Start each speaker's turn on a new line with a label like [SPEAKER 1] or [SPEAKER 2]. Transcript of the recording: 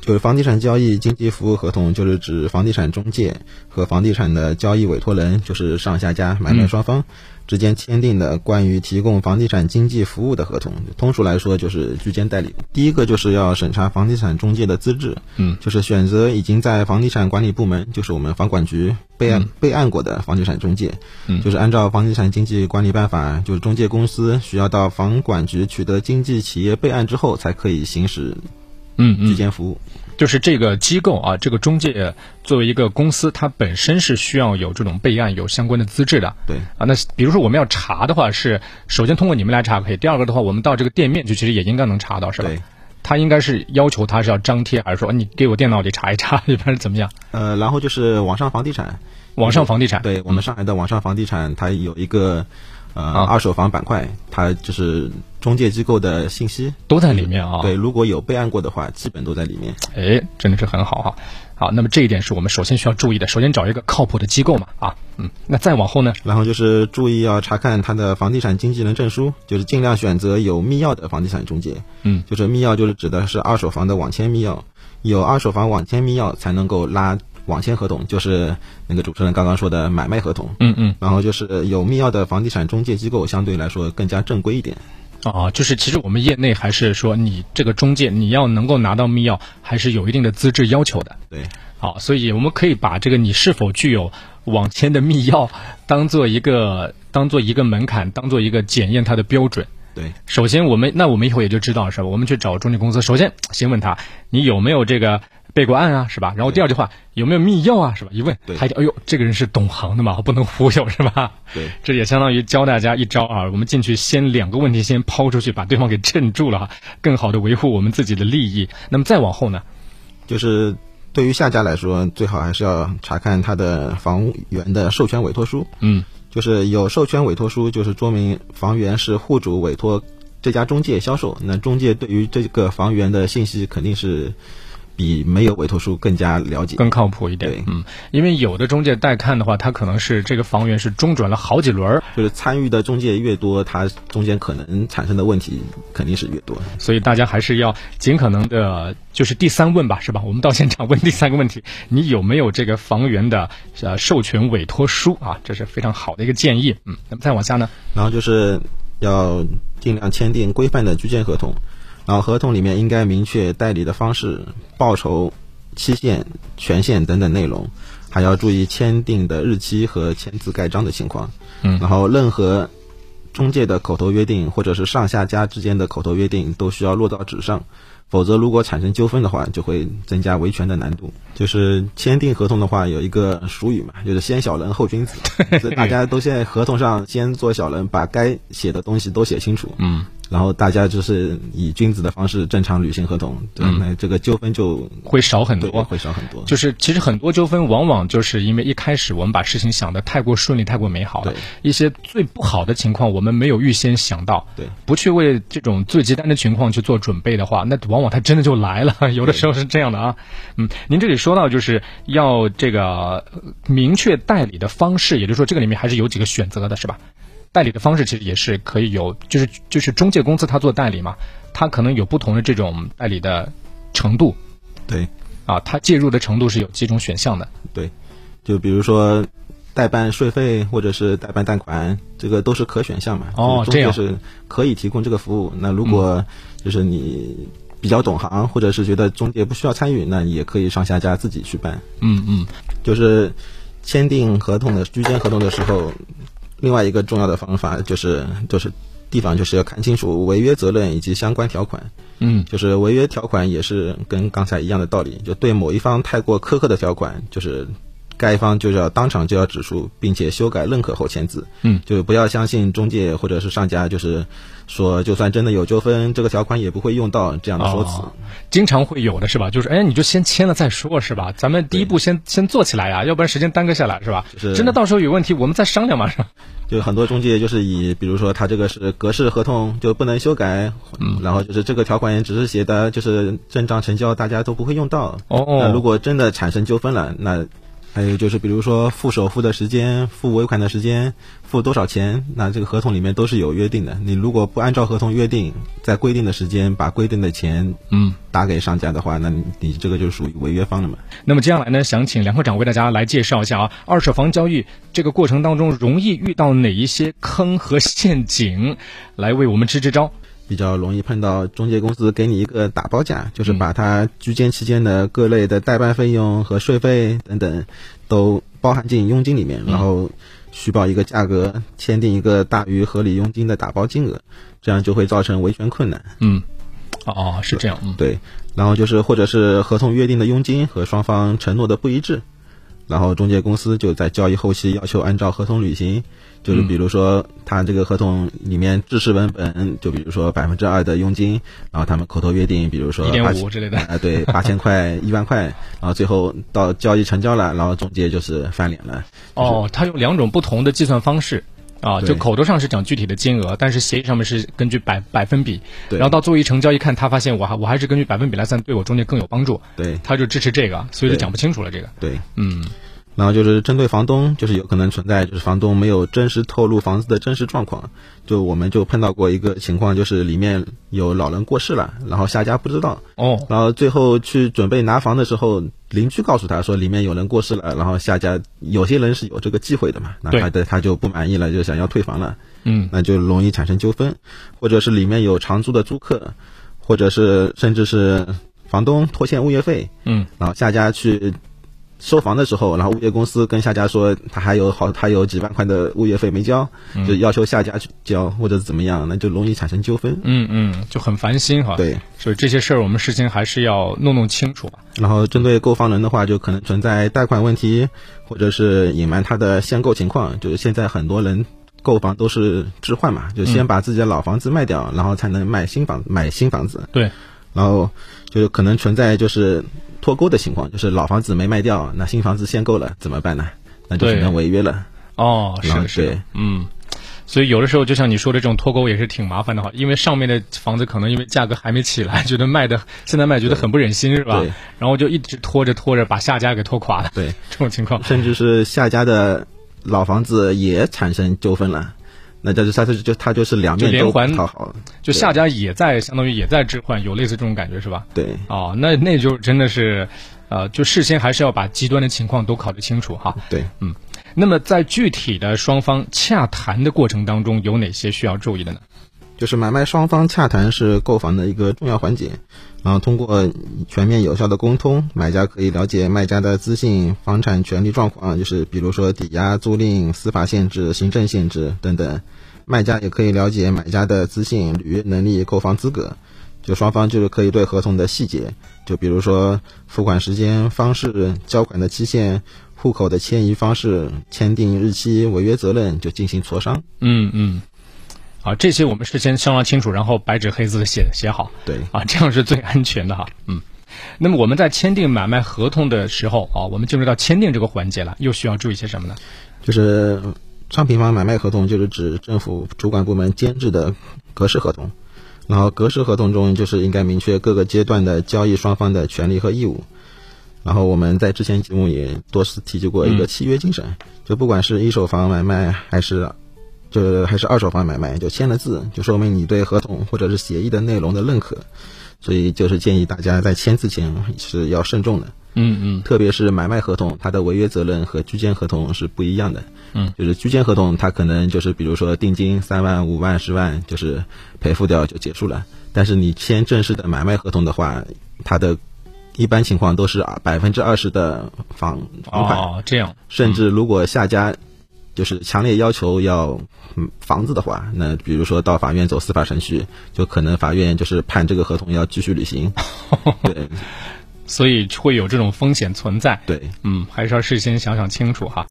[SPEAKER 1] 就是房地产交易经纪服务合同，就是指房地产中介和房地产的交易委托人，就是上下家、买
[SPEAKER 2] 嗯
[SPEAKER 1] 卖双方之间签订的关于提供房地产经纪服务的合同。通俗来说，就是居间代理。第一个就是要审查房地产中介的资质，
[SPEAKER 2] 嗯，
[SPEAKER 1] 就是选择已经在房地产管理部门，就是我们房管局备案、备案过的房地产中介，
[SPEAKER 2] 嗯
[SPEAKER 1] 就是按照《房地产经纪管理办法》，就是中介公司需要到房管局取得经纪企业备案之后，才可以行使
[SPEAKER 2] 嗯
[SPEAKER 1] 居
[SPEAKER 2] 嗯，
[SPEAKER 1] 间服务。
[SPEAKER 2] 就是这个机构啊，这个中介作为一个公司，它本身是需要有这种备案、有相关的资质的
[SPEAKER 1] 对，
[SPEAKER 2] 啊。那比如说我们要查的话，是首先通过你们来查可以，第二个的话，我们到这个店面去，其实也应该能查到，是吧？
[SPEAKER 1] 对。
[SPEAKER 2] 他应该是要求他是要张贴，还是说你给我电脑里查一查，一般是怎么样？
[SPEAKER 1] 呃，然后就是网上房地产，
[SPEAKER 2] 网上房地产，
[SPEAKER 1] 对我们上海的网上房地产，它有一个呃、
[SPEAKER 2] 啊
[SPEAKER 1] 二手房板块，它就是中介机构的信息。
[SPEAKER 2] 都在里面啊。
[SPEAKER 1] 对，如果有备案过的话，基本都在里面。
[SPEAKER 2] 哎，真的是很好哈、好，那么这一点是我们首先需要注意的，首先找一个靠谱的机构嘛啊，嗯，那再往后呢？
[SPEAKER 1] 然后就是注意要查看他的房地产经纪人证书，就是尽量选择有密钥的房地产中介。
[SPEAKER 2] 嗯，
[SPEAKER 1] 就是密钥就是指的是二手房的网签密钥，有二手房网签密钥才能够拉网签合同，就是那个主持人刚刚说的买卖合同。
[SPEAKER 2] 嗯嗯，
[SPEAKER 1] 然后就是有密钥的房地产中介机构相对来说更加正规一点。
[SPEAKER 2] 啊，就是其实我们业内还是说，你这个中介你要能够拿到密钥，还是有一定的资质要求的。
[SPEAKER 1] 对，
[SPEAKER 2] 好，所以我们可以把这个你是否具有网签的密钥，当做一个当做一个门槛，当做一个检验它的标准。
[SPEAKER 1] 对，
[SPEAKER 2] 首先，我们那我们以后也就知道是吧？我们去找中介公司，首先先问他你有没有这个备过案啊，是吧？然后第二句话有没有密钥啊，是吧？一问，
[SPEAKER 1] 对
[SPEAKER 2] 他就哎呦，这个人是懂行的嘛，不能忽悠是吧？
[SPEAKER 1] 对，
[SPEAKER 2] 这也相当于教大家一招啊。我们进去先两个问题先抛出去，把对方给镇住了哈， 更好的维护我们自己的利益。那么再往后呢？
[SPEAKER 1] 就是对于下家来说，最好还是要查看他的房源的授权委托书，
[SPEAKER 2] 嗯
[SPEAKER 1] 就是有授权委托书，就是说明房源是户主委托这家中介销售。那中介对于这个房源的信息肯定是比没有委托书更加了解。
[SPEAKER 2] 更靠谱一点
[SPEAKER 1] 对。
[SPEAKER 2] 嗯，因为有的中介带看的话，他可能是这个房源是中转了好几轮儿，
[SPEAKER 1] 就是参与的中介越多，它中间可能产生的问题肯定是越多。
[SPEAKER 2] 所以大家还是要尽可能的，就是第三问吧，是吧？我们到现场问第三个问题，你有没有这个房源的呃授权委托书啊？这是非常好的一个建议。嗯，那么再往下呢？
[SPEAKER 1] 然后就是要尽量签订规范的居间合同，然后合同里面应该明确代理的方式、报酬、期限、权限等等内容，还要注意签订的日期和签字盖章的情况。
[SPEAKER 2] 嗯
[SPEAKER 1] 然后任何中介的口头约定或者是上下家之间的口头约定都需要落到纸上。否则，如果产生纠纷的话，就会增加维权的难度。就是签订合同的话，有一个俗语嘛，就是“先小人后君子”， 所以大家都现在合同上先做小人，把该写的东西都写清楚，
[SPEAKER 2] 嗯，
[SPEAKER 1] 然后大家就是以君子的方式正常履行合同，对，那这个纠纷就
[SPEAKER 2] 会少嗯很
[SPEAKER 1] 对
[SPEAKER 2] 多。
[SPEAKER 1] 会少很多。
[SPEAKER 2] 就是其实很多纠纷往往就是因为一开始我们把事情想得太过顺利、太过美好了
[SPEAKER 1] 对，
[SPEAKER 2] 一些最不好的情况我们没有预先想到。
[SPEAKER 1] 对
[SPEAKER 2] 不去为这种最极端的情况去做准备的话，那往往它真的就来了。有的时候是这样的啊，嗯，您这里说到就是要这个呃明确代理的方式，也就是说这个里面还是有几个选择的，是吧？代理的方式其实也是可以有，就是就是中介公司他做代理嘛，他可能有不同的这种代理的程度
[SPEAKER 1] 对
[SPEAKER 2] 啊，他介入的程度是有几种选项的。
[SPEAKER 1] 对，就比如说代办税费或者是代办贷款，这个都是可选项嘛。
[SPEAKER 2] 哦
[SPEAKER 1] 就是
[SPEAKER 2] 这样嗯
[SPEAKER 1] 中介是可以提供这个服务。那如果就是你比较懂行，或者是觉得中介不需要参与，那你也可以上下家自己去办。
[SPEAKER 2] 嗯嗯，
[SPEAKER 1] 就是签订合同的居间合同的时候，另外一个重要的方法就是就是地方就是要看清楚违约责任以及相关条款。
[SPEAKER 2] 嗯，
[SPEAKER 1] 就是违约条款也是跟刚才一样的道理，就对某一方太过苛刻的条款，就是该方就是要当场就要指出，并且修改认可后签字。
[SPEAKER 2] 嗯，
[SPEAKER 1] 就是不要相信中介或者是上家，就是说就算真的有纠纷，这个条款也不会用到这样的说辞。
[SPEAKER 2] 哦经常会有的是吧？就是哎，你就先签了再说，是吧？咱们第一步先先做起来呀、要不然时间耽搁下来，是吧？
[SPEAKER 1] 就是
[SPEAKER 2] 真的到时候有问题，我们再商量嘛，是吧？
[SPEAKER 1] 就很多中介就是以，比如说他这个是格式合同就不能修改，然后就是这个条款也只是写的就是正常成交，大家都不会用到。
[SPEAKER 2] 哦
[SPEAKER 1] 那如果真的产生纠纷了，那还有就是比如说付首付的时间、付尾款的时间、付多少钱，那这个合同里面都是有约定的。你如果不按照合同约定，在规定的时间把规定的钱
[SPEAKER 2] 嗯，
[SPEAKER 1] 打给商家的话，那你你这个就属于违约方了嘛。
[SPEAKER 2] 那么接下来呢，想请梁科长为大家来介绍一下啊，二手房交易这个过程当中容易遇到哪一些坑和陷阱，来为我们支支招。
[SPEAKER 1] 比较容易碰到中介公司给你一个打包价，就是把它居间期间的各类的代办费用和税费等等都包含进佣金里面，然后虚报一个价格，签订一个大于合理佣金的打包金额，这样就会造成维权困难。
[SPEAKER 2] 嗯，哦，是这样，嗯
[SPEAKER 1] 对，然后就是或者是合同约定的佣金和双方承诺的不一致，然后中介公司就在交易后期要求按照合同履行，就是比如说他这个合同里面制式文本，就比如说百分之二的佣金，然后他们口头约定，比如说八
[SPEAKER 2] 1.5
[SPEAKER 1] 千
[SPEAKER 2] 之类的
[SPEAKER 1] 啊、对，八千块、一万块，然后最后到交易成交了，然后中介就是翻脸了，
[SPEAKER 2] 哦，它有两种不同的计算方式。啊，
[SPEAKER 1] 对
[SPEAKER 2] 就口头上是讲具体的金额，但是协议上面是根据百百分比，
[SPEAKER 1] 对
[SPEAKER 2] 然后到最后一成交一看，他发现我还我还是根据百分比来算，对我中介更有帮助，
[SPEAKER 1] 对
[SPEAKER 2] 他就支持这个，所以
[SPEAKER 1] 对
[SPEAKER 2] 就讲不清楚了这个。
[SPEAKER 1] 对。
[SPEAKER 2] 嗯，
[SPEAKER 1] 然后就是针对房东，就是有可能存在，就是房东没有真实透露房子的真实状况。就我们就碰到过一个情况，就是里面有老人过世了，然后下家不知道，
[SPEAKER 2] 哦，
[SPEAKER 1] 然后最后去准备拿房的时候，邻居告诉他说里面有人过世了，然后下家有些人是有这个忌讳的嘛，那
[SPEAKER 2] 对
[SPEAKER 1] 他的他就不满意了，就想要退房了。
[SPEAKER 2] 嗯，
[SPEAKER 1] 那就容易产生纠纷，或者是里面有长租的租客，或者是甚至是房东拖欠物业费，
[SPEAKER 2] 嗯，
[SPEAKER 1] 然后下家去收房的时候，然后物业公司跟下家说他还有好他有几万块的物业费没交，就要求下家去交或者怎么样，那就容易产生纠纷。
[SPEAKER 2] 嗯嗯，就很烦心哈。，
[SPEAKER 1] 对，
[SPEAKER 2] 所以这些事儿我们事情还是要弄弄清楚吧。
[SPEAKER 1] 然后针对购房人的话，就可能存在贷款问题，或者是隐瞒他的限购情况。就是现在很多人购房都是置换
[SPEAKER 2] 嗯
[SPEAKER 1] 嘛，就先把自己的老房子卖掉，然后才能买新房买新房子。
[SPEAKER 2] 对，
[SPEAKER 1] 然后就是可能存在就是脱钩的情况，就是老房子没卖掉，那新房子限购了怎么办呢？那就只
[SPEAKER 2] 对
[SPEAKER 1] 能违约了。
[SPEAKER 2] 哦，是
[SPEAKER 1] 然后
[SPEAKER 2] 的，是的
[SPEAKER 1] 啊对，
[SPEAKER 2] 嗯。所以有的时候，就像你说的这种脱钩也是挺麻烦的哈，因为上面的房子可能因为价格还没起来，觉得卖的现在卖觉得很不忍心是吧
[SPEAKER 1] 对？
[SPEAKER 2] 然后就一直拖着拖着，把下家给拖垮了。
[SPEAKER 1] 对，
[SPEAKER 2] 这种情况，
[SPEAKER 1] 甚至是下家的老房子也产生纠纷了，那这就他就就他就是两面
[SPEAKER 2] 就连
[SPEAKER 1] 都不
[SPEAKER 2] 环
[SPEAKER 1] 讨好。
[SPEAKER 2] 就下家也在相当于也在置换，有类似这种感觉是吧？
[SPEAKER 1] 对，
[SPEAKER 2] 哦，那那就真的是，呃，就事先还是要把极端的情况都考虑清楚哈。
[SPEAKER 1] 对。
[SPEAKER 2] 那么在具体的双方洽谈的过程当中，有哪些需要注意的呢？
[SPEAKER 1] 就是买卖双方洽谈是购房的一个重要环节，然后通过全面有效的沟通，买家可以了解卖家的资讯、房产权利状况，就是比如说抵押、租赁、司法限制、行政限制等等。卖家也可以了解买家的资讯、履约能力、购房资格。就双方就是可以对合同的细节，就比如说付款时间、方式、交款的期限、户口的迁移方式、签订日期、违约责任，就进行磋商。
[SPEAKER 2] 嗯嗯，啊，这些我们事先商量清楚，然后白纸黑字的写写好
[SPEAKER 1] 对。
[SPEAKER 2] 啊， 这样是最安全的哈。嗯，那么我们在签订买卖合同的时候啊，我们进入到签订这个环节了，又需要注意些什么呢？
[SPEAKER 1] 就是商品房买卖合同，就是指政府主管部门监制的格式合同。然后格式合同中，就是应该明确各个阶段的交易双方的权利和义务。然后我们在之前节目也多次提及过一个契约精神，就不管是一手房买卖还是就是还是二手房买卖，就签了字，就说明你对合同或者是协议的内容的认可。所以就是建议大家在签字前是要慎重的。
[SPEAKER 2] 嗯嗯
[SPEAKER 1] 特别是买卖合同，它的违约责任和居间合同是不一样的。
[SPEAKER 2] 嗯，
[SPEAKER 1] 就是居间合同，它可能就是比如说定金三万、五万、十万，就是赔付掉就结束了。但是你签正式的买卖合同的话，它的一般情况都是啊百分之二十的房房款，
[SPEAKER 2] 哦，这样
[SPEAKER 1] 甚至如果下家就是强烈要求要嗯房子的话，那比如说到法院走司法程序，就可能法院就是判这个合同要继续履 行。对
[SPEAKER 2] 所以会有这种风险存在。
[SPEAKER 1] 对。
[SPEAKER 2] 嗯，还是要事先想想清楚哈。